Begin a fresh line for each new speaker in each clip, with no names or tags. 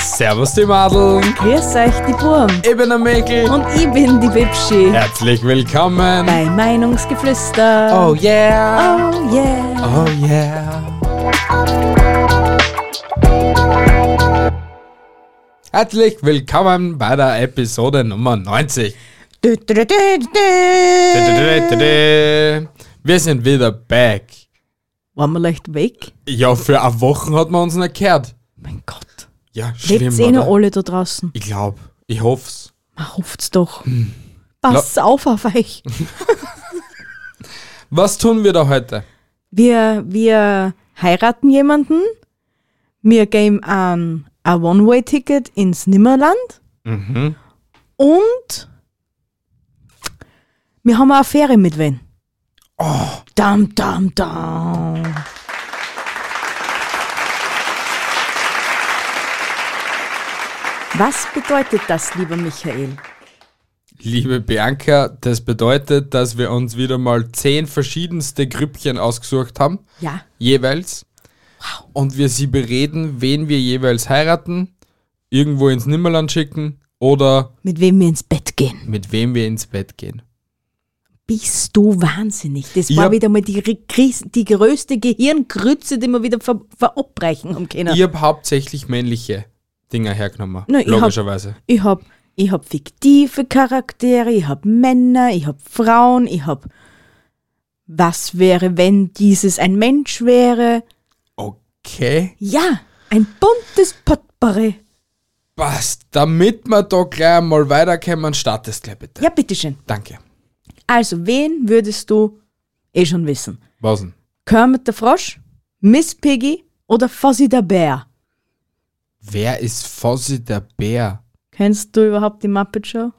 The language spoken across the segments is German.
Servus die Madeln,
Grüß euch, die Burm.
ich bin der Mäkel.
Und ich bin die Bibschi.
Herzlich willkommen.
Bei Meinungsgeflüster.
Oh yeah,
Oh
oh
yeah.
yeah. Herzlich willkommen bei der Episode Nummer 90.
Dü, dü, dü, dü, dü.
Wir sind wieder back.
Waren wir leicht weg?
Ja, für eine Woche hat man uns nicht gehört.
Mein Gott.
Ja, schlimm,
Lebt eh noch
oder?
alle da draußen.
Ich glaub, ich hoff's.
Man hofft's doch.
Hm.
Passt auf auf euch.
Was tun wir da heute?
Wir, wir heiraten jemanden. Wir geben ein, ein One-Way-Ticket ins Nimmerland.
Mhm.
Und wir haben eine Affäre mit wen? Oh. Dam, dam, dam. Was bedeutet das, lieber Michael?
Liebe Bianca, das bedeutet, dass wir uns wieder mal zehn verschiedenste Grüppchen ausgesucht haben,
Ja,
jeweils. Und wir sie bereden, wen wir jeweils heiraten, irgendwo ins Nimmerland schicken oder
mit wem wir ins Bett gehen.
mit wem wir ins Bett gehen.
Bist du wahnsinnig? Das
Ich
war
hab-
wieder mal die, Re- Kris- die größte Gehirngrütze, die wir wieder ver verabreichen haben können.
Ich habe hauptsächlich männliche Dinger hergenommen,
Nein, ich hab-
logischerweise.
Ich hab, ich hab fiktive Charaktere, ich hab Männer, ich hab Frauen, ich hab was wäre, wenn dieses ein Mensch wäre?
Okay,
Ja, ein buntes Potpourri.
passt. Damit wir da gleich mal weiterkommen, startest gleich bitte.
Ja, bitteschön.
Danke.
Also, wen würdest du eh schon wissen?
Was denn?
Kermit der Frosch, Miss Piggy oder Fozzie der Bär?
Wer ist Fozzie der Bär?
Kennst du überhaupt die Muppet Show?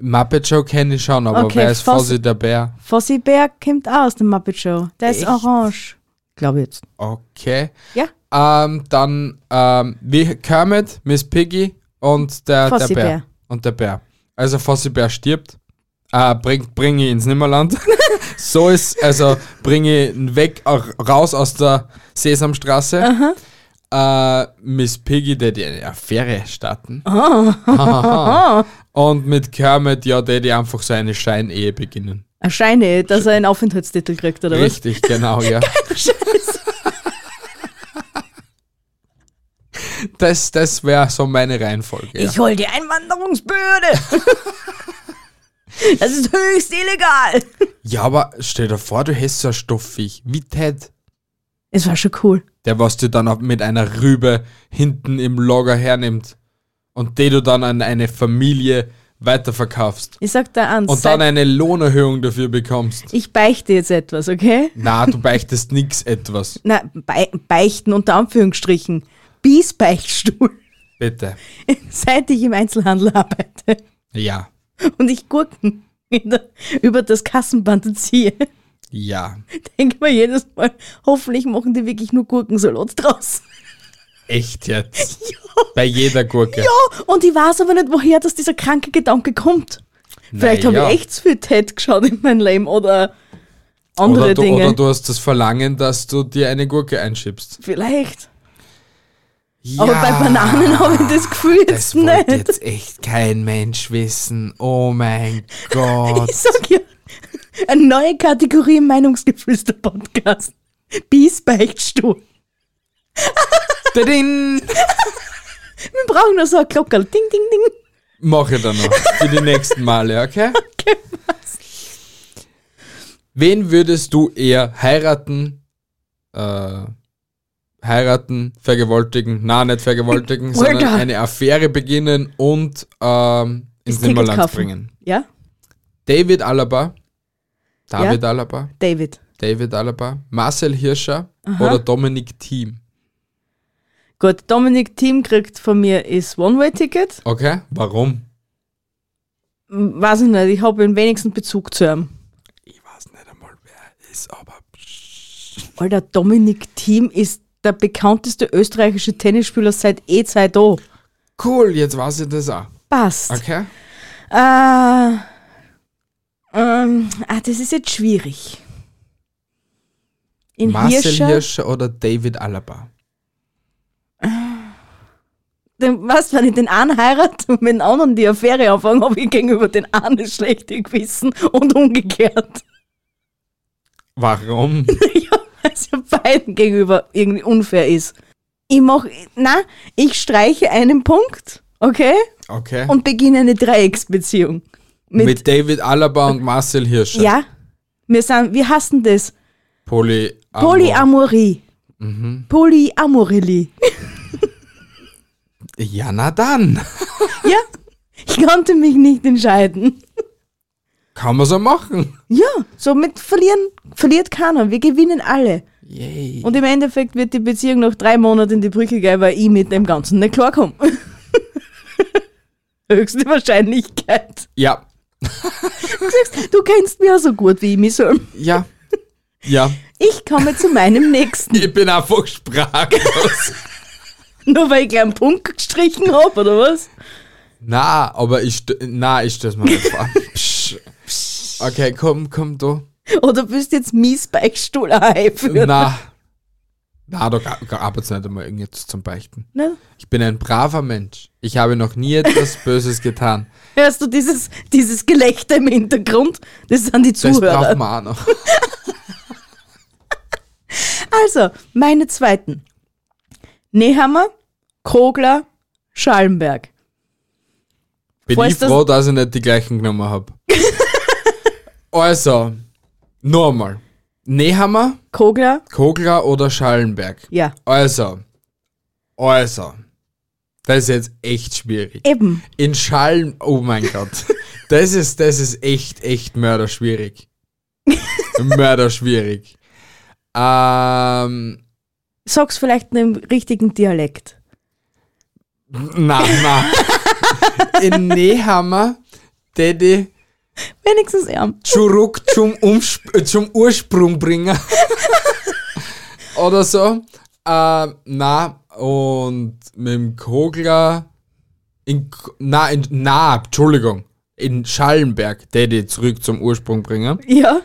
Muppet Show kenne ich schon, aber
Okay,
wer ist
Fozzie-
Fozzie der Bär?
Fozzie Bär kommt auch aus der Muppet Show. Der ist
Echt?
orange. Glaube jetzt.
Okay.
Ja,
Ähm, dann ähm, wie Kermit, Miss Piggy und der, der
Fozzie
Bär.
Bär.
Und der Bär. Also Fossi Bär stirbt. Äh, bring, bring ihn ins Nimmerland. so ist, also bring ihn weg, auch raus aus der Sesamstraße. Äh, Miss Piggy, der die eine Affäre starten.
Ah.
und mit Kermit, ja, der die einfach so eine Scheinehe beginnen.
erscheine, dass er einen Aufenthaltstitel kriegt, oder was?
Richtig, genau, ja. Das, das wäre so meine Reihenfolge. Ja.
Ich hol die Einwanderungsbehörde. das ist höchst illegal.
ja, aber stell dir vor, du hättest so ein Stoffviech wie Ted.
Es war schon cool.
Der, was du dann auch mit einer Rübe hinten im Lager hernimmt und den du dann an eine Familie weiterverkaufst
Ich sag dir eins.
und dann
seit-
eine Lohnerhöhung dafür bekommst.
ich beichte jetzt etwas, okay?
Na, du beichtest nix etwas.
Na, bei, beichten unter Anführungsstrichen. Bis Beichtstuhl.
Bitte.
Seit ich im Einzelhandel arbeite
Ja.
und ich Gurken in der, über das Kassenband ziehe,
Ja.
denke mir jedes Mal, hoffentlich machen die wirklich nur Gurkensalat draus.
Echt jetzt. Bei jeder Gurke.
Ja, und ich weiß aber nicht, woher dass dieser kranke Gedanke kommt. Vielleicht habe
ja.
ich echt zu viel Ted geschaut in meinem Leben oder andere
oder du,
Dinge.
Oder du hast das Verlangen, dass du dir eine Gurke einschiebst.
Vielleicht. Aber bei Bananen habe ich das Gefühl jetzt
Das wollte
nicht.
jetzt echt kein Mensch wissen. Oh mein Gott.
Ich sag ja, eine neue Kategorie im Meinungsgeflüster-Podcast. Bis Beichtstuhl.
Tadin!
Wir brauchen nur so eine Glocke. Ding, ding, ding.
Mach ich dann noch. Für die nächsten Male, okay?
Okay,
Wen würdest du eher heiraten? Äh, heiraten, vergewaltigen, na nicht vergewaltigen, sondern
Alter.
eine Affäre beginnen und ähm, ins
Das Ticket
Nimmerland
kaufen.
bringen.
Ja,
David Alaba. David Alaba.
David.
David Alaba, Marcel Hirscher oder Dominik Thiem?
Gut, Dominik Thiem kriegt von mir ist One-Way-Ticket.
Okay, warum?
M- Weiß ich nicht, ich habe den wenigsten Bezug zu ihm.
Ich weiß nicht einmal, wer er ist, aber
Alter, Dominik Thiem ist der bekannteste österreichische Tennisspieler seit eh Zeit da.
cool, jetzt weiß ich das auch.
Passt.
Okay?
Äh, ähm, ah, das ist jetzt schwierig. In
Marcel Hirscher,
Hirscher,
oder David Alaba?
den, was, wenn ich den einen heirate und mit dem anderen die Affäre anfange, habe ich gegenüber den einen das schlechte Gewissen und umgekehrt.
Warum?
ja, weil es ja beiden gegenüber irgendwie unfair ist. Ich mache, na, ich streiche einen Punkt, okay,
Okay.
und beginne eine Dreiecksbeziehung.
mit, David Alaba und Marcel Hirscher.
ja, wir sind, wir hassen das.
Poly
Polyamorie. Polyamorelie.
Ja, na dann.
Ja, ich konnte mich nicht entscheiden.
Kann man so machen.
Ja, somit verlieren, verliert keiner. Wir gewinnen alle.
Yay.
Und im Endeffekt wird die Beziehung noch drei Monate in die Brücke gehen, weil ich mit dem Ganzen nicht klarkomme. Höchste Wahrscheinlichkeit.
Ja,
Du sagst, du kennst mich ja so gut wie ich mich soll.
ja, ja.
Ich komme zu meinem Nächsten.
Ich bin einfach sprachlos.
Nur weil ich gleich einen Punkt gestrichen habe, oder was?
na, aber ich, stö- na, ich stöß mal nicht vor. Psch. Okay, komm, komm, du.
Oder bist jetzt mies Beichtstuhl einführen?
Na, na, da gab es nicht einmal irgendetwas zum Beichten.
Ne?
Ich bin ein braver Mensch. Ich habe noch nie etwas Böses getan.
Hörst du dieses, dieses Gelächter im Hintergrund? Das sind die
Das
Zuhörer.
braucht man auch noch.
Also, meine zweiten. Nehammer, Kogler, Schallenberg.
Bin
Falls
ich
das-
froh, dass ich nicht die gleichen genommen habe. also, nur einmal. Nehammer,
Kogler,
Kogler oder Schallenberg?
ja.
Also, also, das ist jetzt echt schwierig.
Eben.
In Schallen, oh mein Gott. Das ist, das ist echt, echt mörderschwierig. mörderschwierig. Ähm,
Sag's vielleicht in dem richtigen Dialekt.
na, na. In Nehammer, Daddy,
Wenigstens er.
zurück zum, Umsp äh, zum Ursprung bringen. Oder so. Ähm, na, und mit dem Kogler. In, K- na, in, na, Entschuldigung. In Schallenberg, Daddy, zurück zum Ursprung bringen.
Ja.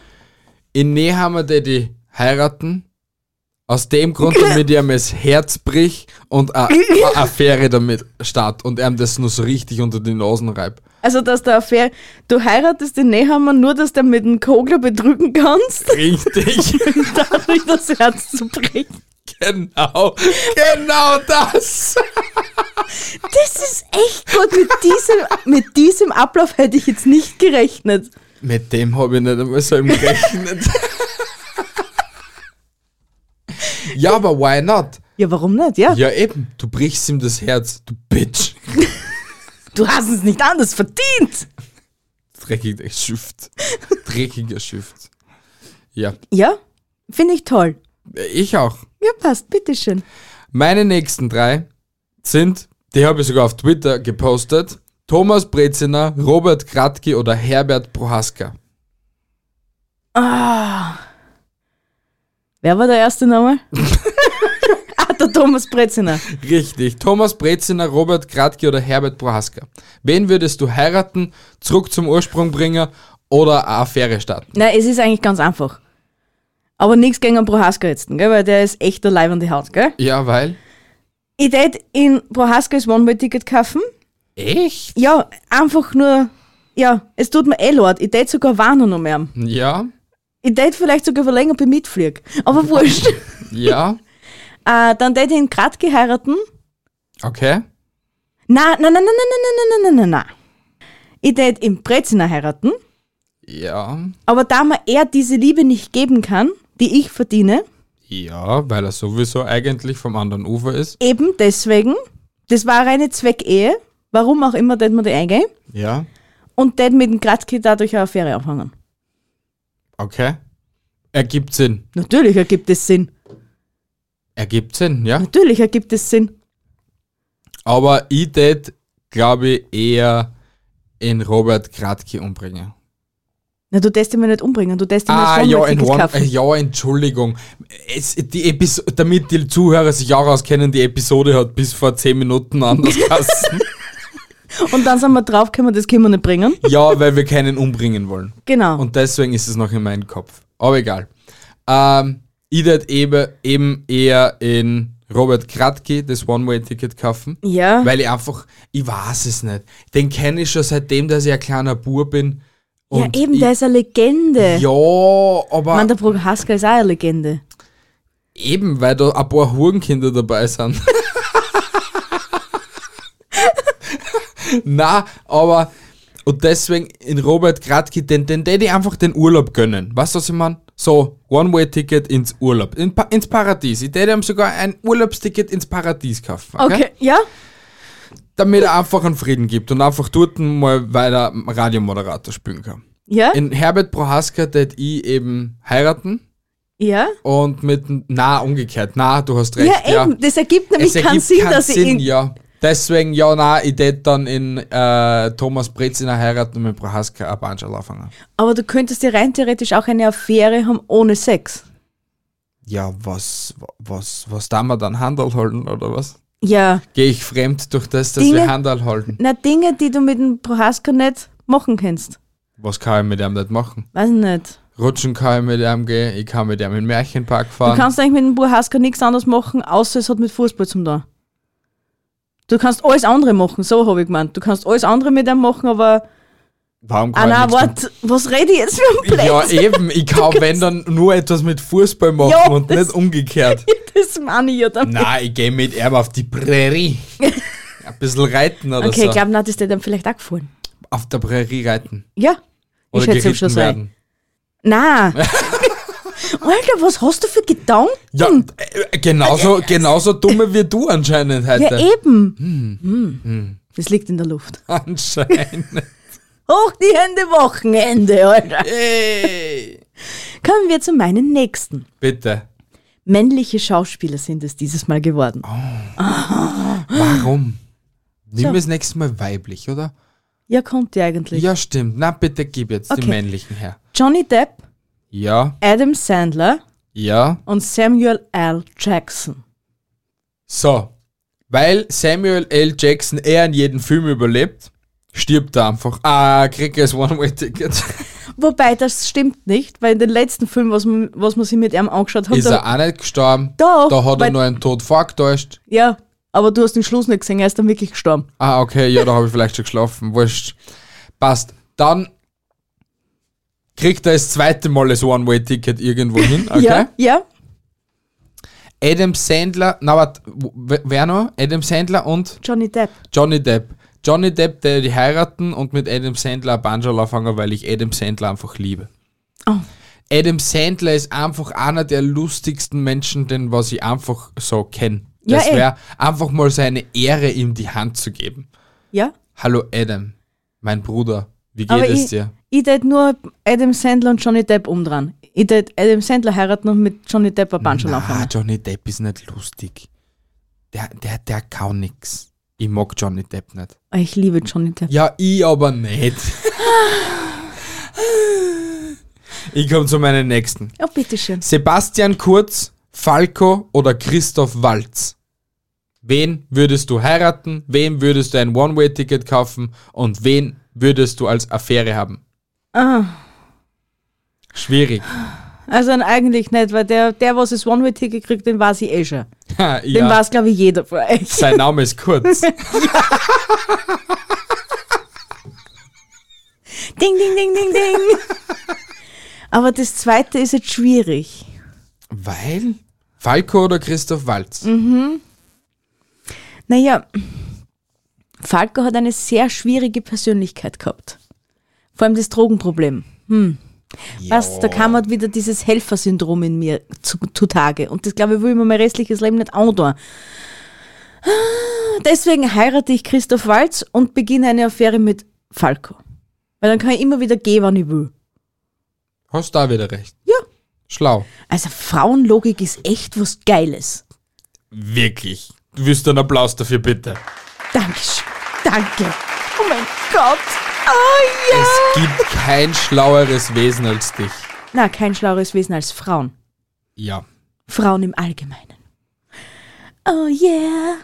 In Nehammer, Daddy, heiraten. Aus dem Grund, damit ich ihm das Herz brich und eine Affäre damit start und ihm das nur so richtig unter die Nasen reibt.
Also, dass der Affäre, du heiratest den Nehammer nur, dass du ihn mit dem Kogler betrügen kannst,
Richtig.
dadurch das Herz zu brechen.
Genau, genau das.
Das ist echt gut. Mit diesem, mit diesem Ablauf hätte ich jetzt nicht gerechnet.
Mit dem habe ich nicht einmal so im gerechnet. ja, aber why not?
Ja, warum nicht? Ja.
Ja eben, du brichst ihm das Herz, du Bitch.
Du hast es nicht anders verdient.
Dreckiger Schift. Dreckiger Schift. Ja,
Ja, finde ich toll.
ich auch.
Ja, passt, bitteschön.
Meine nächsten drei sind, die habe ich sogar auf Twitter gepostet, Thomas Breziner, Robert Kratki oder Herbert Prohaska.
Ah. Wer war der erste Name? ah, der Thomas Breziner.
Richtig. Thomas Breziner, Robert Kratki oder Herbert Prohaska. Wen würdest du heiraten, zurück zum Ursprung bringen oder eine Affäre starten?
Nein, es ist eigentlich ganz einfach. Aber nichts gegen den Prohaska jetzt, gell? weil der ist echt der Leib an die Haut. Gell?
Ja, weil.
Ich tät in Prohaska das One-Way-Ticket kaufen.
Echt?
Ja, einfach nur, ja, es tut mir eh leid. Ich tät sogar warnen noch mehr.
Ja,
Ich tät vielleicht sogar überlegen, ob ich mitfliege. Aber wurscht.
ja.
äh, dann tät ich in Grad geheiraten.
Okay.
Na, na, na, na, na, na, na, na, na, na, na. Ich tät im Breziner heiraten,
Ja.
aber da mir er diese Liebe nicht geben kann, die ich verdiene,
Ja, weil er sowieso eigentlich vom anderen Ufer ist.
eben deswegen, das war eine Zweckehe, warum auch immer tät man die eingehen,
Ja.
und tät mit dem Kratzki dadurch eine Affäre anfangen.
Okay. Ergibt Sinn.
Natürlich ergibt es Sinn.
Ergibt Sinn, ja.
Natürlich ergibt es Sinn.
Aber ich tät, glaube ich, eher in Robert Kratke umbringen.
Na, du darfst ihn mir nicht umbringen, du darfst ihm
Ah,
nicht
ja, in One,
kaufen.
äh, ja, Entschuldigung. Es, die Episo damit die Zuhörer sich auch auskennen, die Episode hat bis vor 10 Minuten anders geheißen.
Und dann sind wir draufgekommen, das können wir nicht bringen.
ja, weil wir keinen umbringen wollen.
Genau.
Und deswegen ist es noch in meinem Kopf. Aber egal. Ähm, ich tät eben, eben eher in Robert Kratke das One-Way-Ticket kaufen.
ja,
Weil ich einfach, ich weiß es nicht. Den kenne ich schon seitdem, dass ich ein kleiner Bub bin.
ja
Und
eben,
ich,
der ist eine Legende.
Ja, aber
Mann, der Prohaska ist auch eine Legende.
eben, weil da ein paar Hurenkinder dabei sind. Na, aber und deswegen in Robert Kratki, den, den tät ich einfach den Urlaub gönnen. Weißt du, was ich meine? So, One-Way-Ticket ins Urlaub, in, Pa- ins Paradies. Ich würde ihm sogar ein Urlaubsticket ins Paradies kaufen.
Okay, ja?
damit er einfach einen Frieden gibt und einfach dort mal weiter Radiomoderator spielen kann.
Ja?
In Herbert Prohaska tät ich eben heiraten
ja?
und mit, na, umgekehrt, na, du hast recht,
Ja,
ja.
eben, das ergibt nämlich
Es
keinen
ergibt
Sinn,
keinen
dass ich
Sinn,
ihn.
ja. Deswegen, ja, na, ich tät dann in äh, Thomas Breziner heiraten und mit Prohaska ein Banschal anfangen.
Aber du könntest ja rein theoretisch auch eine Affäre haben ohne Sex.
Ja, was, was, was da wir dann Handel halten, oder was?
Ja.
Gehe ich fremd durch das, dass wir
Dinge-
Handel halten?
Na, Dinge, die du mit dem Prohaska nicht machen kannst.
Was kann ich mit dem nicht machen?
Weiß ich nicht.
Rutschen kann ich mit dem gehen, ich kann mit dem in den Märchenpark
Du
fahren.
kannst eigentlich mit dem Prohaska nichts anderes machen, außer es hat mit Fußball zum tun. Du kannst alles andere machen, so habe ich gemeint. Du kannst alles andere mit ihm machen, aber.
Warum
Ah,
kann
nein,
ich nichts
warte, was rede ich jetzt für ein
mit-
Blödsinn?
Ja, eben, ich kann, wenn dann, nur etwas mit Fußball machen
Ja,
und
das-
nicht umgekehrt.
Das meine ich ja damit.
Nein, ich gehe mit ihm auf die Prärie. Ein bisschen reiten oder
Okay, ich
so.
glaube, das ist dir dann vielleicht auch gefallen.
Auf der Prärie reiten.
Ja.
Oder
schätze am
geritten
Schluss ein.
werden.
Nein. Alter, was hast du für Gedanken?
Ja, äh, genauso, genauso dumme wie du anscheinend
Ja, eh-
heute.
eben.
Hm.
Hm. Das liegt in der Luft.
anscheinend.
Hoch die Hände, Wochenende, Alter.
Hey.
Kommen wir zu meinen nächsten.
Bitte.
Männliche Schauspieler sind es dieses Mal geworden.
Oh. Warum? Nimm
So.
es nächstes Mal weiblich, oder?
Ja, kommt die eigentlich.
Ja, stimmt. Na, bitte gib jetzt die
Okay.
männlichen her.
Johnny Depp,
Ja,
Adam Sandler
ja.
und Samuel L. Jackson.
So, weil Samuel L. Jackson eher in jedem Film überlebt, stirbt er einfach. Ah, kriegt er das One-Way-Ticket.
Wobei, das stimmt nicht, weil in den letzten Filmen, was man, was man sich mit ihm angeschaut hat,
Ist
da-
er auch nicht gestorben.
Doch,
Da hat er
weil-
nur einen Tod vorgetäuscht.
ja, aber du hast den Schluss nicht gesehen, er ist dann wirklich gestorben.
Ah, okay, ja, da habe ich vielleicht schon geschlafen. Wurscht. Passt. Dann kriegt er das zweite Mal das One-Way-Ticket irgendwo hin. Okay.
Ja, ja,
Adam Sandler, na, warte, w- wer noch? Adam Sandler und
Johnny Depp.
Johnny Depp. Johnny Depp, der die heiraten und mit Adam Sandler ein Banjal anfangen, weil ich Adam Sandler einfach liebe.
Oh.
Adam Sandler ist einfach einer der lustigsten Menschen, den was ich einfach so kenne.
Ja,
Das
eh.
wäre einfach mal seine Ehre, ihm die Hand zu geben.
Ja?
Hallo Adam, mein Bruder, wie geht
Aber
es
ich,
dir?
ich tät nur Adam Sandler und Johnny Depp umdran. Ich tät Adam Sandler heiraten und mit Johnny Depp ein Banschel
Ah,
anfangen.
Johnny Depp ist nicht lustig. Der, der, der kann nix. Ich mag Johnny Depp nicht.
Ah, Ich liebe Johnny Depp.
Ja, ich aber nicht. ich komme zu meinen nächsten.
Oh, bitteschön.
Sebastian Kurz, Falco oder Christoph Walz? Wen würdest du heiraten? Wem würdest du ein One-Way-Ticket kaufen? Und wen würdest du als Affäre haben?
Ah,
Schwierig.
also nein, eigentlich nicht, weil der, der was das One-Way-Ticket kriegt, den weiß ich eh schon.
Ha,
Den
ja.
weiß, glaube ich, jeder von euch.
Sein Name ist Kurz.
Ding, ding, ding, ding, ding. Aber das zweite ist jetzt schwierig.
Weil? Falco oder Christoph Walz?
Mhm. Naja, Falco hat eine sehr schwierige Persönlichkeit gehabt. Vor allem das Drogenproblem. Was, da kam halt wieder dieses Helfersyndrom in mir zu- zutage. Und das, glaube ich, will ich mir mein restliches Leben nicht andauern. Ah, Deswegen heirate ich Christoph Walz und beginne eine Affäre mit Falco. Weil dann kann ich immer wieder gehen, wann ich will.
Hast da wieder recht.
Ja.
Schlau.
Also Frauenlogik ist echt was Geiles.
Wirklich. Du wirst einen Applaus dafür, bitte.
Dankeschön. Danke. Oh mein Gott. Oh ja.
Es gibt kein schlaueres Wesen als dich.
Na, kein schlaueres Wesen als Frauen.
Ja.
Frauen im Allgemeinen. Oh yeah.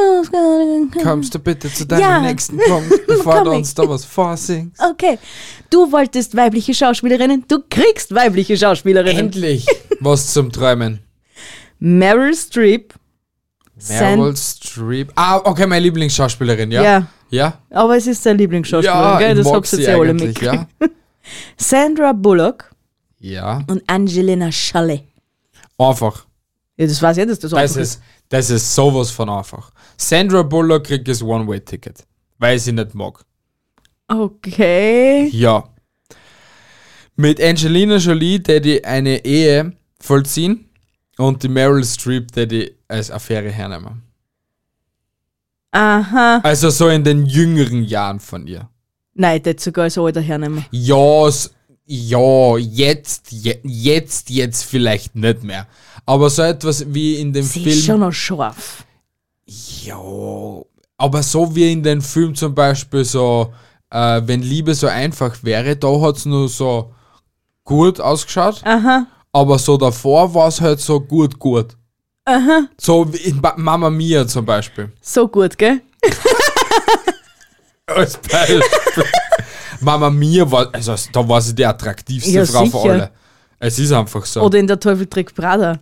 Oh,
Kommst du bitte zu deinem
Ja.
nächsten Punkt, bevor
Komm
du
ich.
uns da was vorsingst?
Okay. Du wolltest weibliche Schauspielerinnen, du kriegst weibliche Schauspielerinnen.
Endlich was zum Träumen.
Meryl Streep. San-
Meryl Streep. Ah, okay, meine Lieblingsschauspielerin, ja.
Ja.
Ja,
Aber es ist dein Lieblingsschauspielerin,
ja,
gell?
ich
Das
mag
habt ihr
sie
jetzt ja alle
eigentlich,
mitgekriegt.
ja.
Sandra Bullock
ja,
und Angelina Schalle.
einfach.
Ja, das weiß ich, dass das
Das
einfach
ist, das ist sowas von einfach. Sandra Bullock kriegt das One-Way-Ticket, weil ich sie nicht mag.
Okay.
Ja. Mit Angelina Jolie, der die eine Ehe vollziehen und die Meryl Streep, der die als Affäre hernehmen.
Aha.
Also so in den jüngeren Jahren von ihr.
Nein, das sogar als alter hernehmen.
Ja, s- ja, jetzt, je, jetzt, jetzt vielleicht nicht mehr. Aber so etwas wie in dem
Sie
Film.
ist schon noch scharf.
Ja, aber so wie in den Film zum Beispiel so, äh, wenn Liebe so einfach wäre, da hat es nur so gut ausgeschaut.
Aha.
Aber so davor war es halt so gut, gut. So wie in ba Mama Mia zum Beispiel.
So gut, gell?
Als Beispiel. Mama Mia war, also da war sie die attraktivste
Ja,
Frau
sicher.
von alle. Es ist einfach so.
Oder in der Teufel trägt Prada.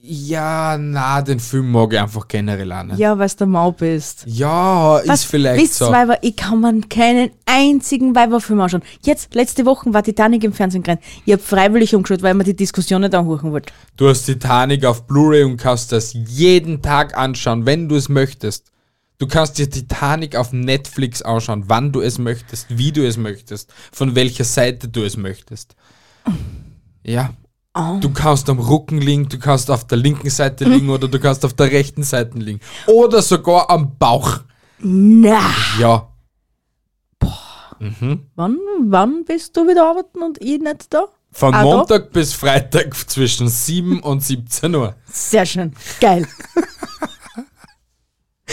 ja, na, den Film mag ich einfach generell auch nicht. Ja,
Ja, weil du der Mau bist.
ist
Was?
vielleicht
Wisst
so.
Weiber, ich kann mir keinen einzigen Weiberfilm anschauen. Jetzt, letzte Woche war Titanic im Fernsehen gerannt. Ich hab freiwillig umgeschaut, weil man die Diskussion nicht anhören wollte.
Du hast Titanic auf Blu-ray und kannst das jeden Tag anschauen, wenn du es möchtest. Du kannst dir Titanic auf Netflix anschauen, wann du es möchtest, wie du es möchtest, von welcher Seite du es möchtest. Ja. Du kannst am Rücken liegen, du kannst auf der linken Seite liegen oder du kannst auf der rechten Seite liegen. Oder sogar am Bauch.
Na!
Ja.
Wann, wann bist du wieder arbeiten und ich nicht da?
Von
Ah, da?
Montag bis Freitag zwischen 7 und 17 Uhr.
Sehr schön. Geil.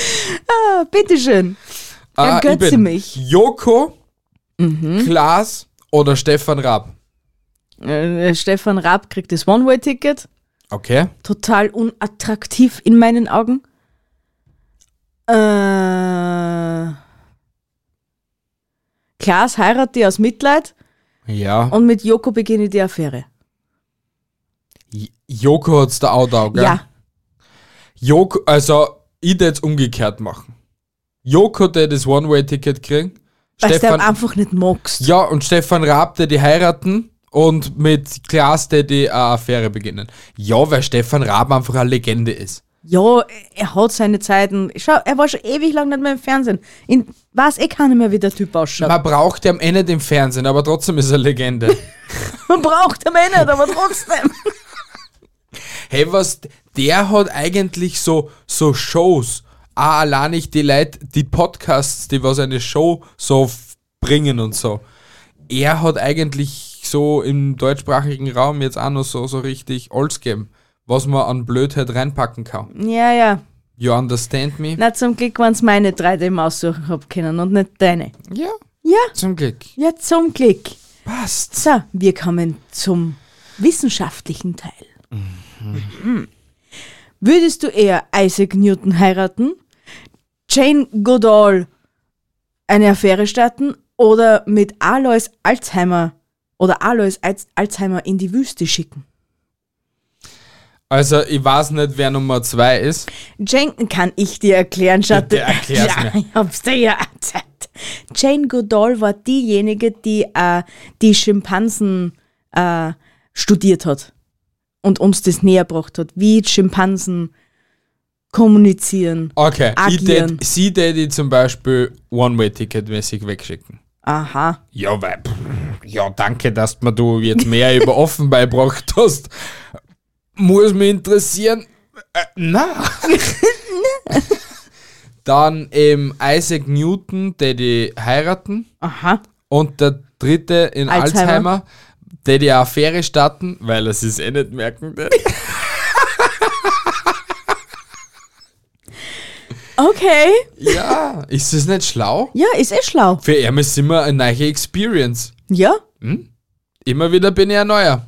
ah, bitteschön.
Ah, ich
Ergötze
bin
mich. Mhm.
Joko, Klaas oder Stefan Raab.
Äh, Stefan Raab kriegt das One-Way-Ticket.
Okay.
Total unattraktiv in meinen Augen. Äh, Klaas heiratet die aus Mitleid
Ja.
und mit Joko beginne die Affäre.
J- Joko hat's der Outdoor, gell?
Ja.
Joko, also, ich würde umgekehrt machen. Joko, der das One-Way-Ticket kriegen.
Weil du ihn
Stefan,
einfach nicht magst.
ja, und Stefan Raab, der die heiraten. Und mit Klaas, der die äh, Affäre beginnen. Ja, weil Stefan Raab einfach eine Legende ist.
Ja, er hat seine Zeiten. Schau, er war schon ewig lang nicht mehr im Fernsehen. In, weiß eh keiner mehr, wie der Typ ausschaut.
Man braucht ja am Ende den Fernsehen, aber trotzdem ist er Legende.
Man braucht am Ende, aber trotzdem.
Hey, was, der hat eigentlich so, so Shows. Ah, allein nicht die Leute, die Podcasts, die was eine Show so f- bringen und so. Er hat eigentlich so im deutschsprachigen Raum jetzt auch noch so, so richtig Oldscam, was man an Blödheit reinpacken kann.
Ja, ja.
You understand me?
Na, zum Glück waren es meine drei, die ich mir aussuchen hab können und nicht deine.
Ja,
Ja,
zum Glück.
ja, zum Glück.
Passt.
So, wir kommen zum wissenschaftlichen Teil. Mhm. Würdest du eher Isaac Newton heiraten, Jane Goodall eine Affäre starten oder mit Alois Alzheimer oder Alois Alz- Alzheimer in die Wüste schicken?
Also, ich weiß nicht, wer Nummer zwei ist.
Jane, kann ich dir erklären, Schatten?
Bitte erklär's
ja,
mir.
ich hab's dir ja erzählt. Jane Goodall war diejenige, die äh, die Schimpansen äh, studiert hat und uns das näher gebracht hat, wie Schimpansen kommunizieren.
Okay, ich
Agieren.
tät, sie tät ich zum Beispiel One-Way-Ticket-mäßig wegschicken.
Aha.
Ja, weil, pff, ja, danke, dass mir du jetzt mehr über offen beibracht hast. Muss mich interessieren. Äh, na. Dann ähm, Isaac Newton, der die heiraten.
Aha.
Und der dritte in
Alzheimer.
Alzheimer, der die Affäre starten, weil er es eh nicht merken wird.
Okay.
Ja, ist das nicht schlau?
Ja, ist eh schlau.
Für ihn ist immer eine neue Experience.
Ja.
Immer wieder bin ich ein neuer.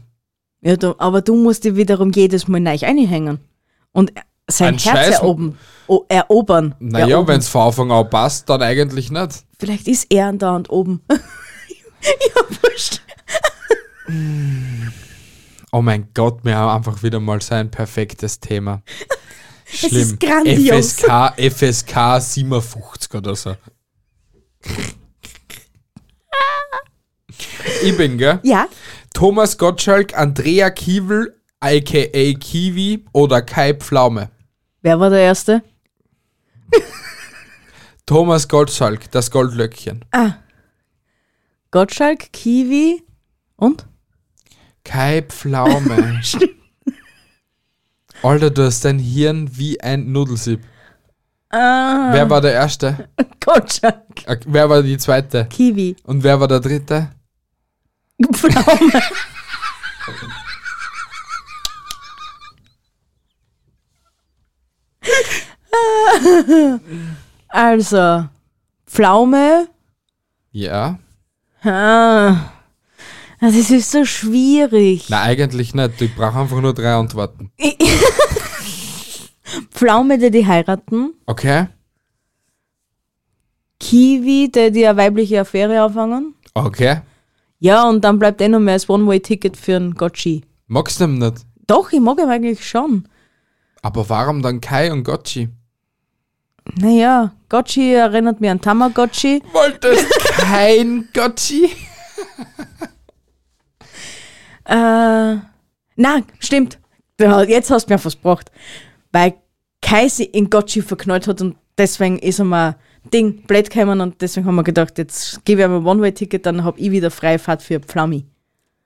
ja du, aber du musst dir wiederum jedes Mal neu einhängen. Und sein
Ein
Herz
Scheiß-
erobern. O, erobern.
Naja,
Erobern.
wenn es von Anfang an passt, dann eigentlich nicht.
Vielleicht ist er da und oben. ja, wurscht.
Oh mein Gott, wir haben einfach wieder mal so ein perfektes Thema. Schlimm.
ist grandios.
FSK, FSK 57 oder so. ich bin, gell?
Ja,
Thomas Gottschalk, Andrea Kiewel, aka Kiwi oder Kai Pflaume.
wer war der Erste?
Thomas Gottschalk, das Goldlöckchen.
Ah. Gottschalk, Kiwi und?
Kai Pflaume. Alter, du hast dein Hirn wie ein Nudelsieb.
Ah,
Wer war der Erste?
Gottschalk,
Äh, Wer war die Zweite?
Kiwi,
Und wer war der Dritte?
Pflaume. also, Pflaume.
Ja.
Ah, das ist Also, ist so schwierig.
Na eigentlich nicht. Ich brauche einfach nur drei Antworten.
Pflaume, der die heiraten.
Okay?
Kiwi, der die eine weibliche Affäre aufhangen.
Okay.
Ja, und dann bleibt eh noch mehr als One-Way-Ticket für einen Gotchi.
Magst du ihn nicht?
Doch, ich mag ihn eigentlich schon.
Aber warum dann Kai und Gotchi?
Naja, Gotchi erinnert mich an Tamagotchi.
Wolltest kein Gotchi?
Äh, na, stimmt. Ja, Jetzt hast du mir versprochen. Weil Kai sie in Gotchi verknallt hat und deswegen ist er mal Ding blöd gekommen und deswegen haben wir gedacht, jetzt gebe ich ihm ein One-Way-Ticket, dann hab ich wieder freie Fahrt für Pflaumi.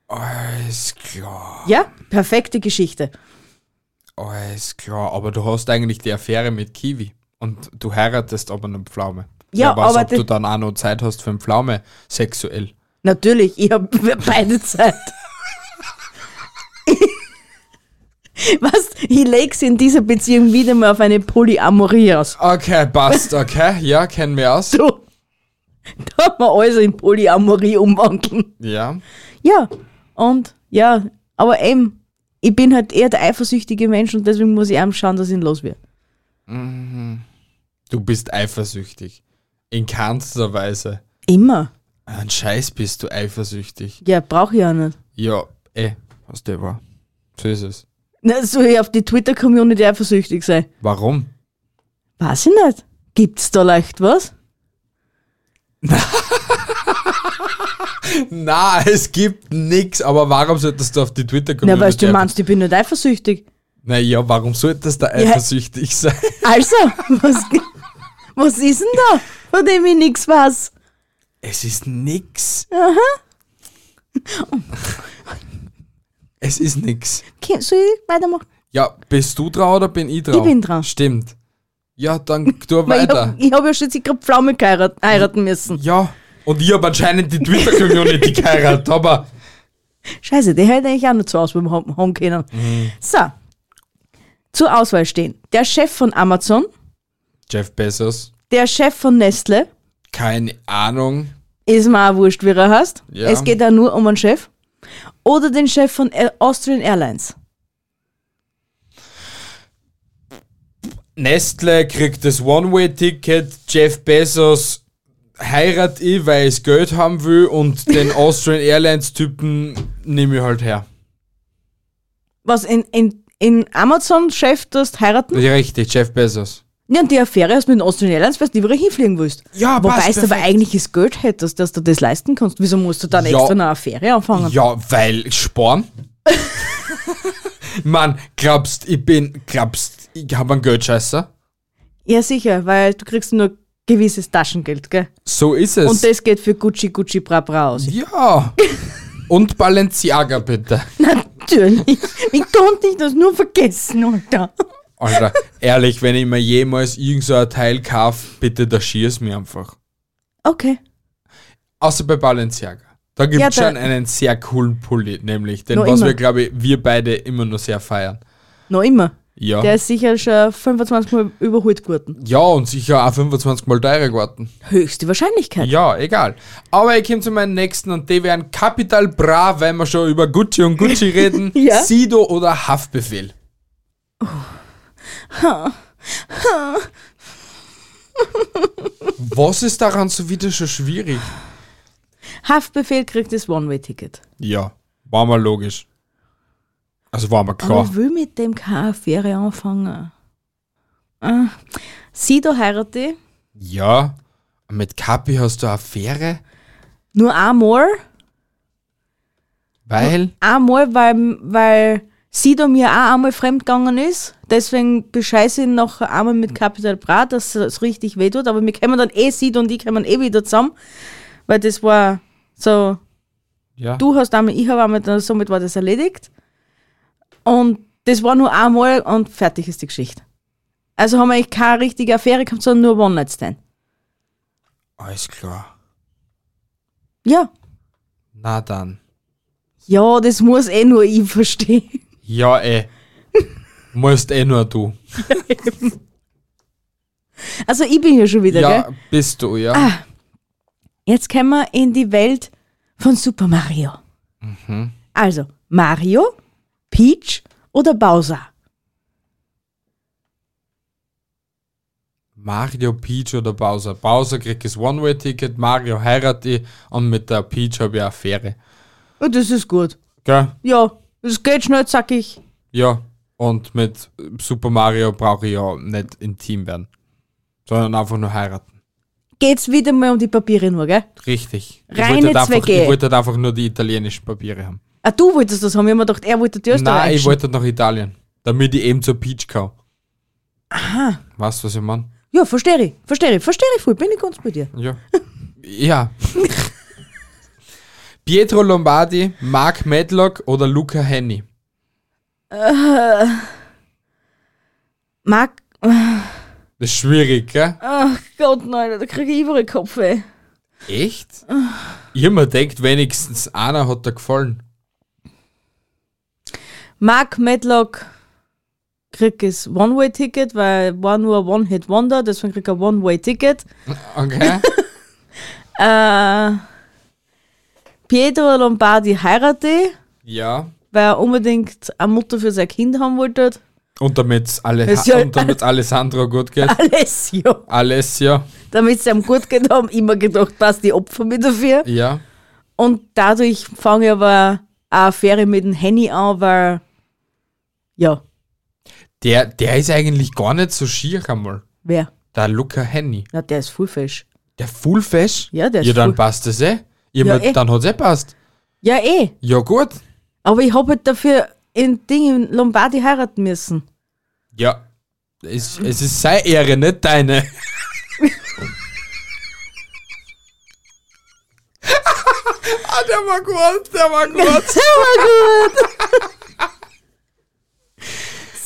Alles klar,
Ja, perfekte Geschichte.
alles klar. Aber du hast eigentlich die Affäre mit Kiwi. Und du heiratest aber eine Pflaume.
Ja,
Wer weiß,
aber
ob du
die-
dann auch noch Zeit hast für eine Pflaume sexuell.
Natürlich, ich habe beide Zeit. Was? Ich leg's in dieser Beziehung wieder mal auf eine Polyamorie aus.
Okay, passt, okay. Ja, kennen wir aus.
Du, da hat man alles in Polyamorie umwandeln.
Ja.
Ja, und ja, aber eben, ich bin halt eher der eifersüchtige Mensch und deswegen muss ich eben schauen, dass ich ihn los wird.
Du bist eifersüchtig. In keinster Weise.
Immer.
Ein Scheiß bist du eifersüchtig.
Ja, brauche ich auch nicht.
Ja, eh, hast du wahr. So ist es.
Na, soll ich auf die Twitter-Community eifersüchtig sein?
Warum?
Weiß ich nicht. Gibt's da leicht was?
Na, es gibt nix, aber warum solltest du auf die Twitter-Community?
Na, weißt du, meinst, ich bin nicht eifersüchtig.
Naja, warum solltest du eifersüchtig sein?
Also, was, was ist denn da, von dem ich nichts weiß?
Es ist nix. Es ist nix.
Okay, soll ich weitermachen?
Ja, bist du dran oder bin ich dran?
Ich bin dran.
Stimmt. Ja, dann tu
Weil
weiter.
Ich habe hab ja schon gerade Pflaume geheirat- heiraten müssen.
Ja. Und ich habe anscheinend die Twitter-Community geheiratet, aber Mhm.
Scheiße, die hätte ich auch noch zur Auswahl haben haben können. So, zur Auswahl stehen der Chef von Amazon,
Jeff Bezos,
der Chef von Nestle,
keine Ahnung.
ist mir auch wurscht, wie er heißt.
Ja.
Es geht ja nur um einen Chef. Oder den Chef von Air- Austrian Airlines.
Nestle kriegt das One-Way-Ticket, Jeff Bezos heirat ich, weil ich Geld haben will und den Austrian Airlines-Typen nehme ich halt her.
Was, in, in, in Amazon-Chef, das heiraten?
Richtig, Jeff Bezos.
Ja, und die Affäre hast mit den Austrian Airlines, weißt du, wo du hinfliegen willst.
Ja,
Wobei
passt,
du aber
perfekt.
eigentlich das Geld hättest, dass du das leisten kannst. Wieso musst du dann
Ja.
extra eine Affäre anfangen?
Ja, weil Sporn. Mann, glaubst, ich bin, glaubst, ich habe einen Geldscheißer?
Ja. sicher, weil du kriegst nur gewisses Taschengeld, gell?
So ist es.
Und das geht für Gucci, Gucci, Bra, Bra aus.
ja. Und Balenciaga, bitte.
Natürlich. Wie konnte ich das nur vergessen, Alter?
Alter, ehrlich, wenn ich mir jemals irgend so ein Teil kaufe, bitte da schier's mir einfach.
Okay.
Außer bei Balenciaga. Da gibt
Ja,
es
da-
schon einen sehr coolen Pulli, nämlich den,
Noch
was
immer.
wir, glaube ich, wir beide immer noch sehr feiern.
Noch immer.
Ja.
Der ist sicher schon 25 Mal überholt geworden.
ja, und sicher auch 25 Mal teurer geworden.
Höchste Wahrscheinlichkeit.
Ja, egal. Aber ich komme zu meinen nächsten und die wären kapital bra, wenn wir schon über Gucci und Gucci reden.
Ja.
Sido oder Haftbefehl. Was ist daran so wieder schon schwierig?
Haftbefehl kriegt das One-Way-Ticket.
Ja, war mal logisch. Also war mal
Aber
klar.
ich will mit dem keine Affäre anfangen. Ah. Sido heirate ich.
Ja. Mit Kapi hast du eine Affäre,
nur einmal.
weil.
Einmal, weil, weil Sido mir auch einmal fremdgegangen ist. Deswegen bescheiße ich ihn noch einmal mit Capital Bra, dass es richtig weh tut. Aber wir kommen dann eh Sido und ich kommen eh wieder zusammen. Weil das war so,
Ja.
du hast einmal, ich habe einmal, dann somit war das erledigt. Und das war nur einmal und fertig ist die Geschichte. Also haben wir eigentlich keine richtige Affäre gehabt, sondern nur One-Night-Stand.
Alles klar.
Ja.
Na dann.
Ja, das muss eh nur ich verstehen.
Ja, eh. Musst eh nur du.
Also ich bin ja schon wieder, gell?
Ja,
Ah.
bist du, ja.
Jetzt kommen wir in die Welt von Super Mario. Also, Mario, Peach oder Bowser?
Mario, Peach oder Bowser. Bowser kriegt das One-Way-Ticket, Mario heiratet ich und mit der Peach habe ich eine Affäre.
Ja, das ist gut.
Gell?
Ja, es geht schnell, sag ich.
Ja. Und mit Super Mario brauche ich ja nicht intim werden, sondern einfach nur heiraten.
Geht's wieder mal um die Papiere nur, gell?
Richtig.
Reine
ich wollte halt einfach,
Zwecke.
ich wollte halt einfach nur die italienischen Papiere haben.
Ah, du wolltest das haben. Ich hab mir gedacht, er wollte die
Nein, ich
Österreichischen.
wollte halt nach Italien, damit ich eben zur Peach kann. Aha. Weißt du, was ich meine?
Ja, verstehe ich, verstehe ich, verstehe ich voll. Bin ich ganz bei dir.
Ja. ja. Pietro Lombardi, Mark Medlock oder Luca Henny?
Mag,
Das ist schwierig, gell?
ach Gott, nein, da kriege ich überall Kopf, ey.
Echt? Ich hab mir gedacht, wenigstens einer hat da gefallen.
Mark Medlock kriegt das One-Way-Ticket, weil war nur ein One-Hit-Wonder, deswegen kriegt er ein One-Way-Ticket.
Okay.
Äh, Pietro Lombardi heirate,
ja.
weil er unbedingt eine Mutter für sein Kind haben wollte.
Und damit alle,
Es soll-
und damit Alessandro gut geht.
Alessio.
Alessia,
Damit es ihm gut geht, haben immer gedacht, passt die Opfer mit dafür.
ja.
Und dadurch fange ich aber eine Affäre mit dem Henny an, weil, ja,
Der, der ist eigentlich gar nicht so schier einmal.
wer?
Der Luca Henny.
Na, der ist voll fesch.
Der Full Fish?
Ja, der ist
Ja, dann
full-
passt das eh. Ja,
Ja,
mir-
eh.
Dann hat's eh passt.
Ja, eh.
Ja, gut.
Aber ich habe halt dafür in Ding in Lombardi heiraten müssen.
Ja. Es, es ist seine Ehre, nicht deine. ah, der war gut, der war gut.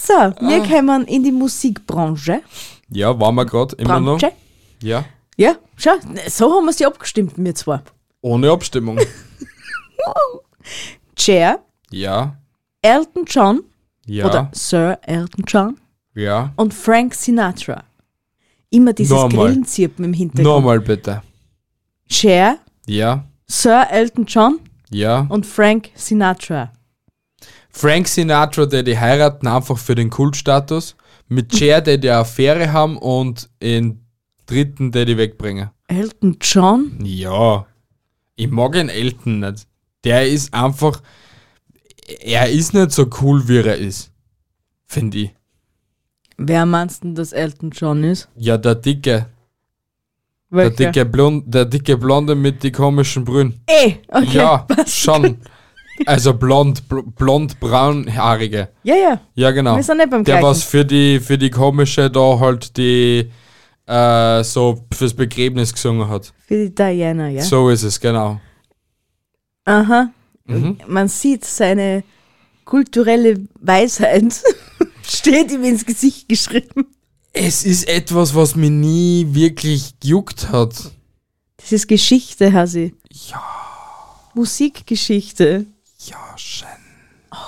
So, wir
Ah.
kommen in die Musikbranche.
Ja, waren wir gerade immer noch.
Branche.
Ja.
Ja, schau, so haben wir sie abgestimmt, wir zwei.
Ohne Abstimmung.
Cher,
ja.
Elton John
Ja.
oder Sir Elton John
Ja.
und Frank Sinatra. Immer dieses
Nochmal.
Grillenzirpen im Hintergrund.
Nochmal bitte.
Cher,
Ja.
Sir Elton John
Ja.
und Frank Sinatra.
Frank Sinatra, der die heiraten, einfach für den Kultstatus. Mit Cher, der die eine Affäre haben und den dritten, der die wegbringen.
Elton John?
Ja, ich mag den Elton nicht. Der ist einfach, er ist nicht so cool, wie er ist, finde ich.
Wer meinst du, dass Elton John ist?
Ja, der dicke, der
Welcher?
dicke, Blond, der dicke Blonde mit die komischen Brünen.
Eh, okay.
Ja, schon. Also blond, bl blond braunhaarige.
ja, ja.
Ja, genau.
Wir sind nicht beim
der
Gleichen.
was für die für die komische da halt die äh, so fürs Begräbnis gesungen hat.
Für die Diana, ja.
So ist es, genau.
Aha.
Mhm.
Man sieht seine kulturelle Weisheit. Steht ihm ins Gesicht geschrieben.
Es ist etwas, was mir nie wirklich gejuckt hat.
Das ist Geschichte, Hasi. Ja. Musikgeschichte.
Ja, schön.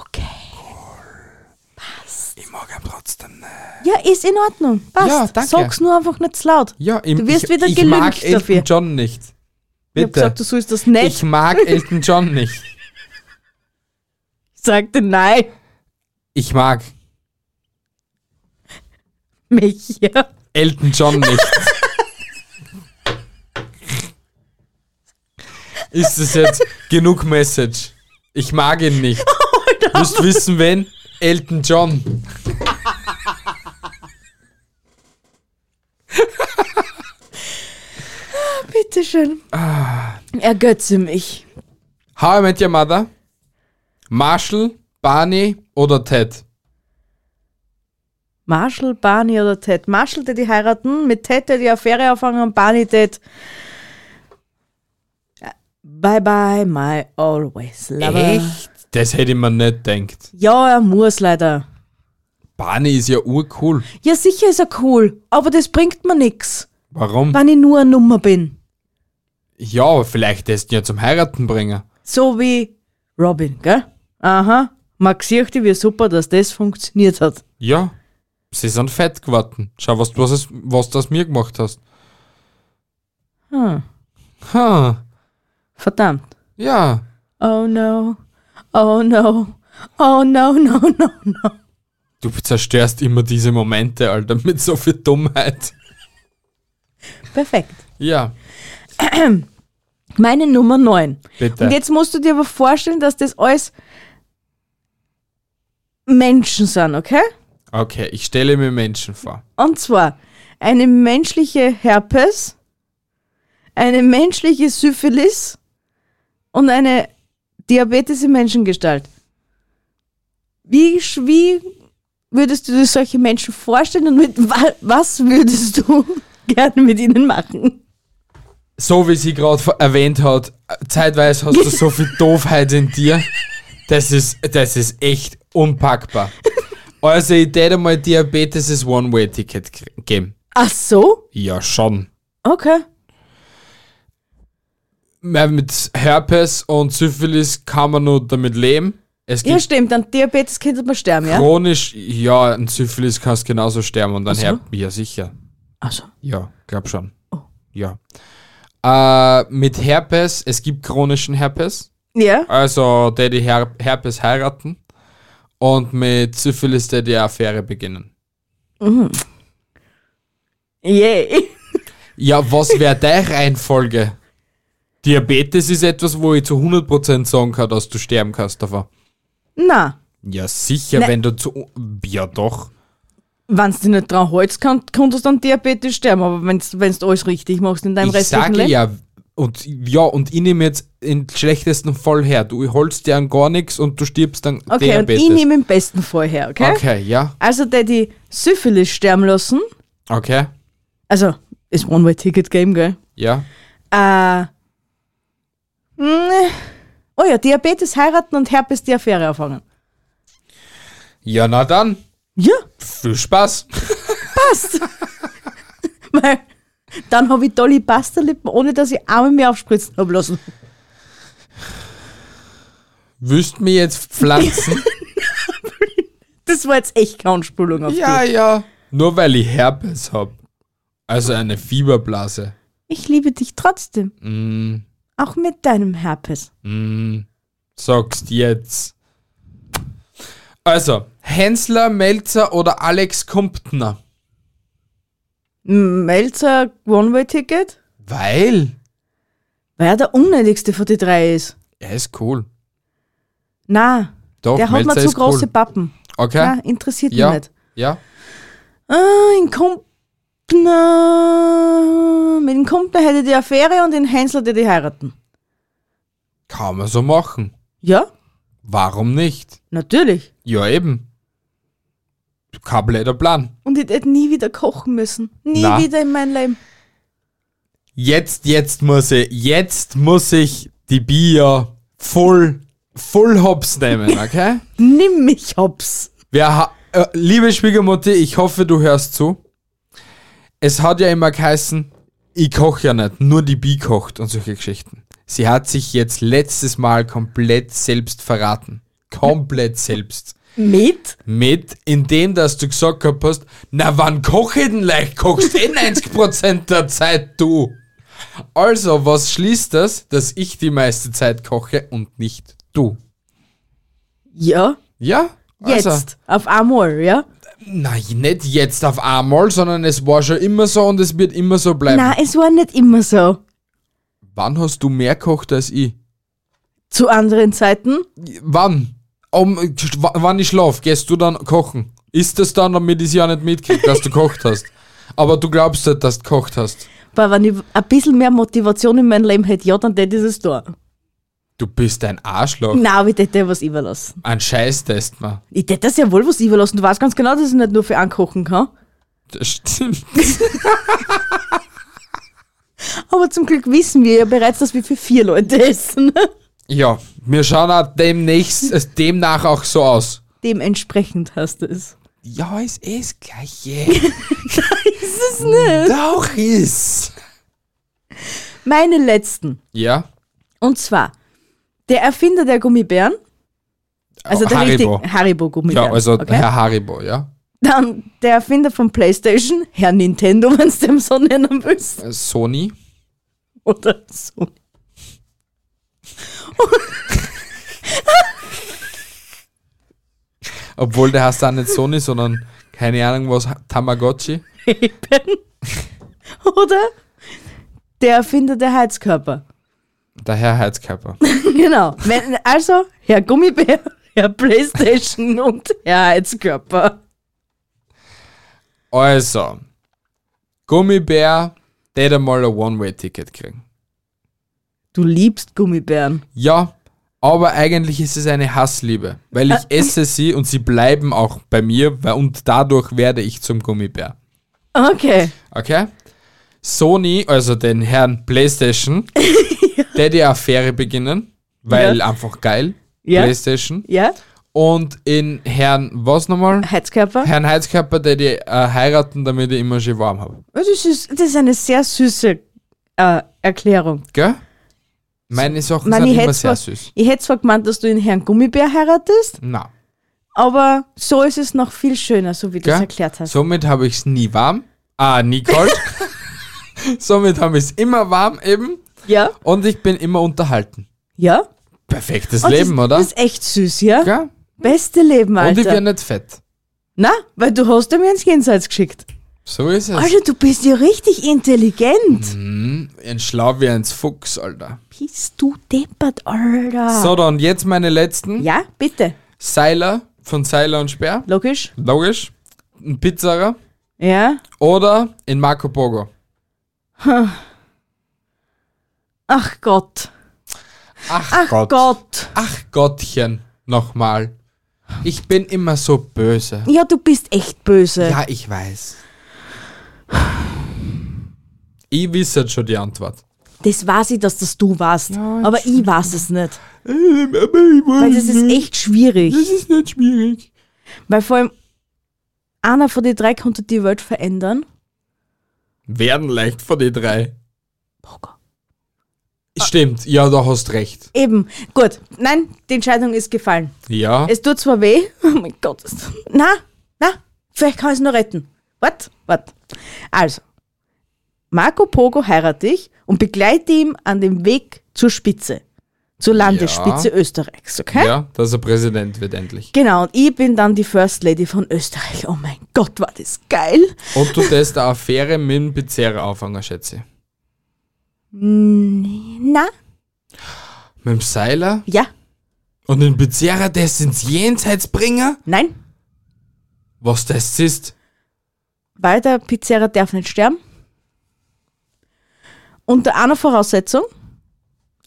Okay.
Ich mag ihn trotzdem nicht.
Ja, ist in Ordnung. Passt.
Ja, danke.
Sag's nur einfach nicht zu laut.
Ja, im-
Du wirst
ich,
wieder
ich
gelüncht
mag Elton
dafür.
John nicht.
Ich hab
Bitte.
gesagt, du sollst das nicht.
Ich mag Elton John nicht.
Ich sagte nein,
Ich mag
mich. Ja.
Elton John nicht. Ist es jetzt genug Message? Ich mag ihn nicht.
Oh,
Du musst wissen, wen? Elton John.
Bitteschön.
Ah.
Ergötze mich.
How I Met Your Mother? Marshall, Barney oder Ted?
Marshall, Barney oder Ted? Marshall, der die heiraten, mit Ted, der die Affäre anfangen und Barney, Ted. Bye bye, my always lover.
Echt? Das hätte man nicht gedacht.
Ja, er muss leider.
Barney ist ja urcool.
Ja, sicher ist er cool, aber das bringt mir nix,
Warum?
wenn ich nur eine Nummer bin.
Ja, aber vielleicht lässt ihn ja zum Heiraten bringen.
So wie Robin, gell? Aha, man sieht, wie super, dass das funktioniert hat.
Ja, sie sind fett geworden. Schau, was, du- was, es- was du aus mir gemacht hast.
Hm,
Ha,
verdammt.
ja.
Oh no. Oh no. Oh no, no, no, no.
Du zerstörst immer diese Momente, Alter, mit so viel Dummheit.
Perfekt.
Ja,
Meine Nummer 9.
bitte.
Und jetzt musst du dir aber vorstellen, dass das alles Menschen sind, okay?
okay, ich stelle mir Menschen vor.
Und zwar eine menschliche Herpes, eine menschliche Syphilis und eine Diabetes in Menschengestalt. Wie, sch- wie würdest du dir solche Menschen vorstellen und mit wa was würdest du gerne mit ihnen machen?
So wie sie gerade vor- erwähnt hat, zeitweise hast du so viel Doofheit in dir. Das ist, das ist echt unpackbar. Also, ich hätte mal Diabetes ist One-Way-Ticket krie- geben.
Ach so?
Ja, schon.
Okay.
Weil Mit Herpes und Syphilis kann man nur damit leben. Es
Ja,
gibt
stimmt. An Diabetes könnte man sterben, ja?
chronisch, ja, an Syphilis kannst genauso sterben und dann
so. Oh.
Herpes. Ja, sicher.
Ach so.
Ja, glaub schon. Ja. Äh, mit Herpes, es gibt chronischen Herpes.
Ja?
Also, der die Her Herpes heiraten. Und mit Syphilis, der die Affäre beginnen.
Yay.
Ja, was wäre deine Reihenfolge? Diabetes ist etwas, wo ich zu 100% sagen kann, dass du sterben kannst davon.
Na,
Ja, sicher,
Nein.
wenn du zu. Ja, doch.
wenn du dich nicht dran hältst, kann, kannst du an Diabetes sterben. Aber wenn du alles richtig machst in deinem
ich
restlichen
sage
Leben.
ja. Und ja, und ich nehme jetzt im schlechtesten Fall her. Du holst dir an gar nichts und du stirbst dann
Okay,
Diabetes.
und ich nehme im besten Fall her, okay?
Okay, ja.
Also, der die Syphilis sterben lassen,
Okay,
also ist One-Way-Ticket-Game, gell?
ja.
Äh, mh, oh ja, Diabetes heiraten und Herpes die Affäre anfangen.
Ja, na dann.
Ja,
Viel Spaß.
weil dann habe ich tolle Pastalippen, ohne dass ich einmal mehr aufspritzen habe lassen.
Wüsst mir jetzt pflanzen?
Das war jetzt echt keine Spülung auf
ja,
dich.
ja. Nur weil ich Herpes hab. Also eine Fieberblase.
Ich liebe dich trotzdem,
Mm,
auch mit deinem Herpes.
mm, sagst jetzt. Also, Hensler, Melzer oder Alex Kumptner?
Melzer One-Way-Ticket,
Weil.
weil er der unnötigste von den drei ist.
Er ist cool.
Na,
Doch,
der hat
Melzer
mir zu
ist
große
cool.
Pappen.
Okay.
Nein, interessiert
Ja.
mich nicht.
Ja.
Ah, in Kumpner. Mit dem Kumpner hätte ich die Affäre und in Hänsler hätte ich die heiraten.
Kann man so machen.
Ja,
Warum nicht?
natürlich.
Ja, eben. Kein blöder Plan.
Und ich hätte nie wieder kochen müssen. Nie
Na.
wieder in meinem Leben.
Jetzt, jetzt muss ich, jetzt muss ich die Bier full, full hops nehmen, okay?
Nimm mich hops.
Wir ha äh, liebe Schwiegermutter, ich hoffe, du hörst zu. Es hat ja immer geheißen, ich koche ja nicht, nur die Bi kocht und solche Geschichten. Sie hat sich jetzt letztes Mal komplett selbst verraten. Komplett selbst.
Mit?
Mit, indem dass du gesagt gehabt hast, na wann koche ich denn leicht? Kochst eh 90% der Zeit du. Also, was schließt das, dass ich die meiste Zeit koche und nicht du?
Ja.
Ja?
Jetzt.
Also,
Auf einmal, ja?
Nein, nicht jetzt auf einmal, sondern es war schon immer so und es wird immer so bleiben.
Nein, es war nicht immer so.
Wann hast du mehr gekocht als ich?
Zu anderen Zeiten?
Wann? Um, sch- w- wann ich schlaf, gehst du dann kochen? Ist das dann, damit ich es ja nicht mitkriege, dass du gekocht hast? Aber du glaubst halt, dass du gekocht hast.
Weil wenn ich ein bisschen mehr Motivation in meinem Leben hätte, ja, dann hätte ich es da.
Du bist ein Arschloch.
Nein, aber ich hätte was überlassen.
Ein Scheiß-Test, man.
Ich hätte das ja wohl was überlassen. Du weißt ganz genau, dass ich nicht nur für ankochen kann.
Das stimmt.
Aber zum Glück wissen wir ja bereits, dass wir für vier Leute essen.
Ja, wir schauen auch demnächst, äh, demnach auch so aus.
Dementsprechend heißt es.
Ja, es ist gleich. Ist es nicht? Doch ist.
Meine letzten.
Ja.
Und zwar, der Erfinder der Gummibären. Also der
Haribo.
richtige Haribo-Gummibären.
Ja, also
okay?
Herr Haribo, ja.
Dann der Erfinder von Playstation, Herr Nintendo, wenn es dem so nennen willst.
Äh, Sony.
Oder so.
Obwohl der heißt auch nicht Sony, sondern keine Ahnung was, Tamagotchi.
Eben. Oder der Erfinder der Heizkörper.
Der Herr Heizkörper.
Genau. Wenn- Also, Herr Gummibär, Herr Playstation und Herr Heizkörper.
Also, Gummibär, der hat mal ein One-Way-Ticket kriegen.
Du liebst Gummibären.
Ja, aber eigentlich ist es eine Hassliebe, weil ich
Äh.
esse sie und sie bleiben auch bei mir weil- und dadurch werde ich zum Gummibär.
Okay.
Okay? Sony, also den Herrn PlayStation, der die Affäre beginnen, weil einfach geil.
Ja.
PlayStation.
Ja?
Und in Herrn, was nochmal?
Heizkörper?
Herrn Heizkörper, der die äh, heiraten, damit ich immer schön warm habe.
Oh, Das ist, das ist eine sehr süße äh, Erklärung.
Gell? Meine Sachen
Nein, ich
sind immer
hätte
sehr
zwar,
süß.
ich hätt zwar gemeint, dass du den Herrn Gummibär heiratest,
Na,
aber so ist es noch viel schöner, so wie du es
gell?
erklärt hast.
Somit habe ich es nie warm. Ah, nie kalt. Somit habe ich es immer warm eben.
Ja?
Und ich bin immer unterhalten.
Ja?
Perfektes
Und
Leben,
das,
oder?
Das ist echt süß, ja?
Gell?
Beste Leben,
Und ich
Alter.
werde nicht fett.
Na, weil du hast ja mir ins Jenseits geschickt.
So ist es.
Alter, du bist ja richtig intelligent.
Ein Schlau wie ein Fuchs, Alter.
Bist du deppert, Alter.
So, dann jetzt meine letzten.
Ah. Ja, bitte.
Seiler von Seiler und Speer.
Logisch.
Logisch. Ein Pizzerer.
Ja.
Oder in Marco Pogo.
Ach Gott.
Ach,
Ach Gott.
Ach Gottchen, nochmal. Ich bin immer so böse.
Ja, du bist echt böse.
Ja, ich weiß. Ich wisse jetzt schon die Antwort.
Das weiß ich, dass das du warst. aber ich weiß es nicht.
Aber ich
Weil
weiß
das ist echt
Das
schwierig.
ist nicht schwierig.
Weil vor allem einer von den drei konnte die Welt verändern.
Werden leicht von den drei.
Pogo.
Stimmt, ja, du hast recht.
Eben. Gut. Nein, die Entscheidung ist gefallen.
Ja.
Es tut zwar weh. Oh mein Gott. es- Na, na, vielleicht kann ich es noch retten. Wart, wart. Also, Marco Pogo heirate ich und begleite ihn an dem Weg zur Spitze. Zur Landesspitze Österreichs, okay?
Ja, dass er Präsident wird endlich.
Genau, und ich bin dann die First Lady von Österreich. Oh mein Gott, war das geil.
Und du tust eine Affäre mit dem Pizzeria anfangen, schätze ich.
Na,
Mit dem Seiler
ja,
und den Pizzeria, der ins Jenseits bringen?
nein,
Was das ist?
weil der Pizzeria darf nicht sterben. Unter einer Voraussetzung,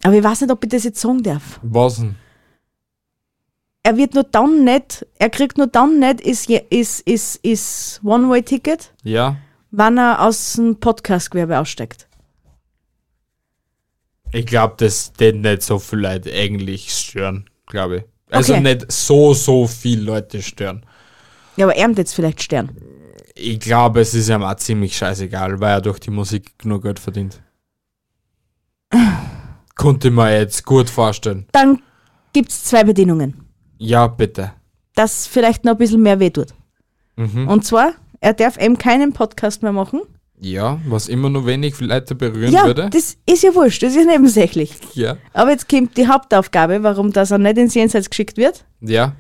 aber ich weiß nicht, ob ich das jetzt sagen darf.
Was denn?
er wird nur dann nicht, er kriegt nur dann nicht ist, ist, ist, ist One-Way-Ticket,
Ja.
wann er aus dem Podcast-Gewerbe aussteigt.
Ich glaube, das den nicht so viele Leute eigentlich stören, glaube ich. Also
Okay.
nicht so, so viele Leute stören.
Ja, aber er wird jetzt vielleicht Stern.
Ich glaube, es ist ihm auch ziemlich scheißegal, weil er durch die Musik genug Geld verdient. Konnte ich mir jetzt gut vorstellen.
Dann gibt's zwei Bedingungen.
Ja, bitte.
das vielleicht noch ein bisschen mehr weh tut. Und zwar, er darf eben keinen Podcast mehr machen.
Ja, was immer nur wenig Leute berühren
Ja,
würde.
das ist ja wurscht, das ist nebensächlich.
Ja.
Aber jetzt kommt die Hauptaufgabe, warum das er nicht ins Jenseits geschickt wird.
Ja.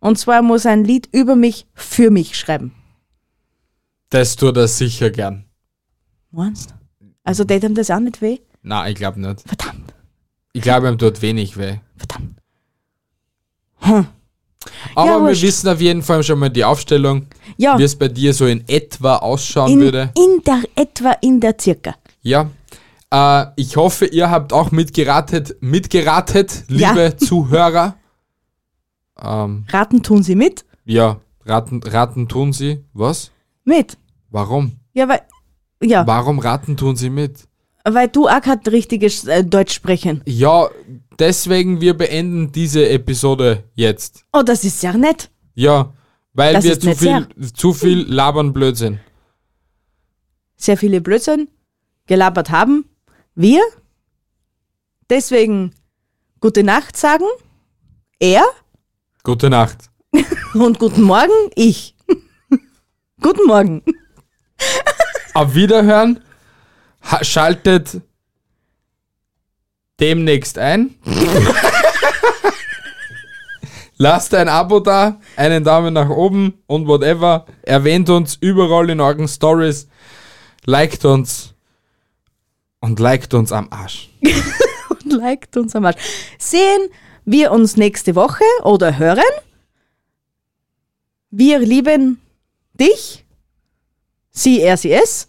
Und zwar muss er ein Lied über mich, für mich schreiben.
Das tut er sicher gern.
Meinst du? Also, die haben das auch nicht weh?
Nein, ich glaube nicht.
Verdammt,
Ich glaube, ihm tut wenig weh.
verdammt.
Aber
Ja,
wir
wurscht.
wissen auf jeden Fall schon mal die Aufstellung,
Ja,
wie es bei dir so in etwa ausschauen
in, e-
würde.
in der, etwa in der Circa.
Ja. Äh, ich hoffe, ihr habt auch mitgeratet, mitgeratet,
Ja.
liebe Zuhörer. Ähm,
Raten tun sie mit?
ja, raten, raten tun sie. Was?
Mit.
Warum?
Ja, weil, ja,
Warum raten tun sie mit?
weil du auch kein richtiges äh, Deutsch sprechen.
Ja, deswegen wir beenden diese Episode jetzt.
Oh, das ist sehr nett.
Ja, weil
Das
wir
ist
zu
nicht
viel, zu viel labern Blödsinn.
Sehr viele Blödsinn gelabert haben. Wir deswegen gute Nacht sagen. Er
Gute Nacht.
und guten Morgen ich. guten Morgen.
Auf Wiederhören. Ha schaltet demnächst ein. Lasst ein Abo da, einen Daumen nach oben und whatever. Erwähnt uns überall in euren Stories. Liked uns. Und liked uns am Arsch.
Und liked uns am Arsch. Sehen wir uns nächste Woche oder hören. Wir lieben dich. Sie, er, sie, es.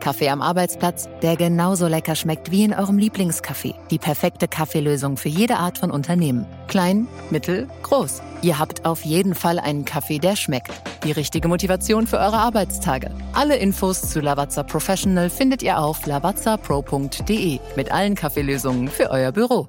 Kaffee am Arbeitsplatz, der genauso lecker schmeckt wie in eurem Lieblingskaffee. Die perfekte Kaffeelösung für jede Art von Unternehmen. Klein, mittel, groß. Ihr habt auf jeden Fall einen Kaffee, der schmeckt. Die richtige Motivation für eure Arbeitstage. Alle Infos zu Lavazza Professional findet ihr auf lavazzapro.de mit allen Kaffeelösungen für euer Büro.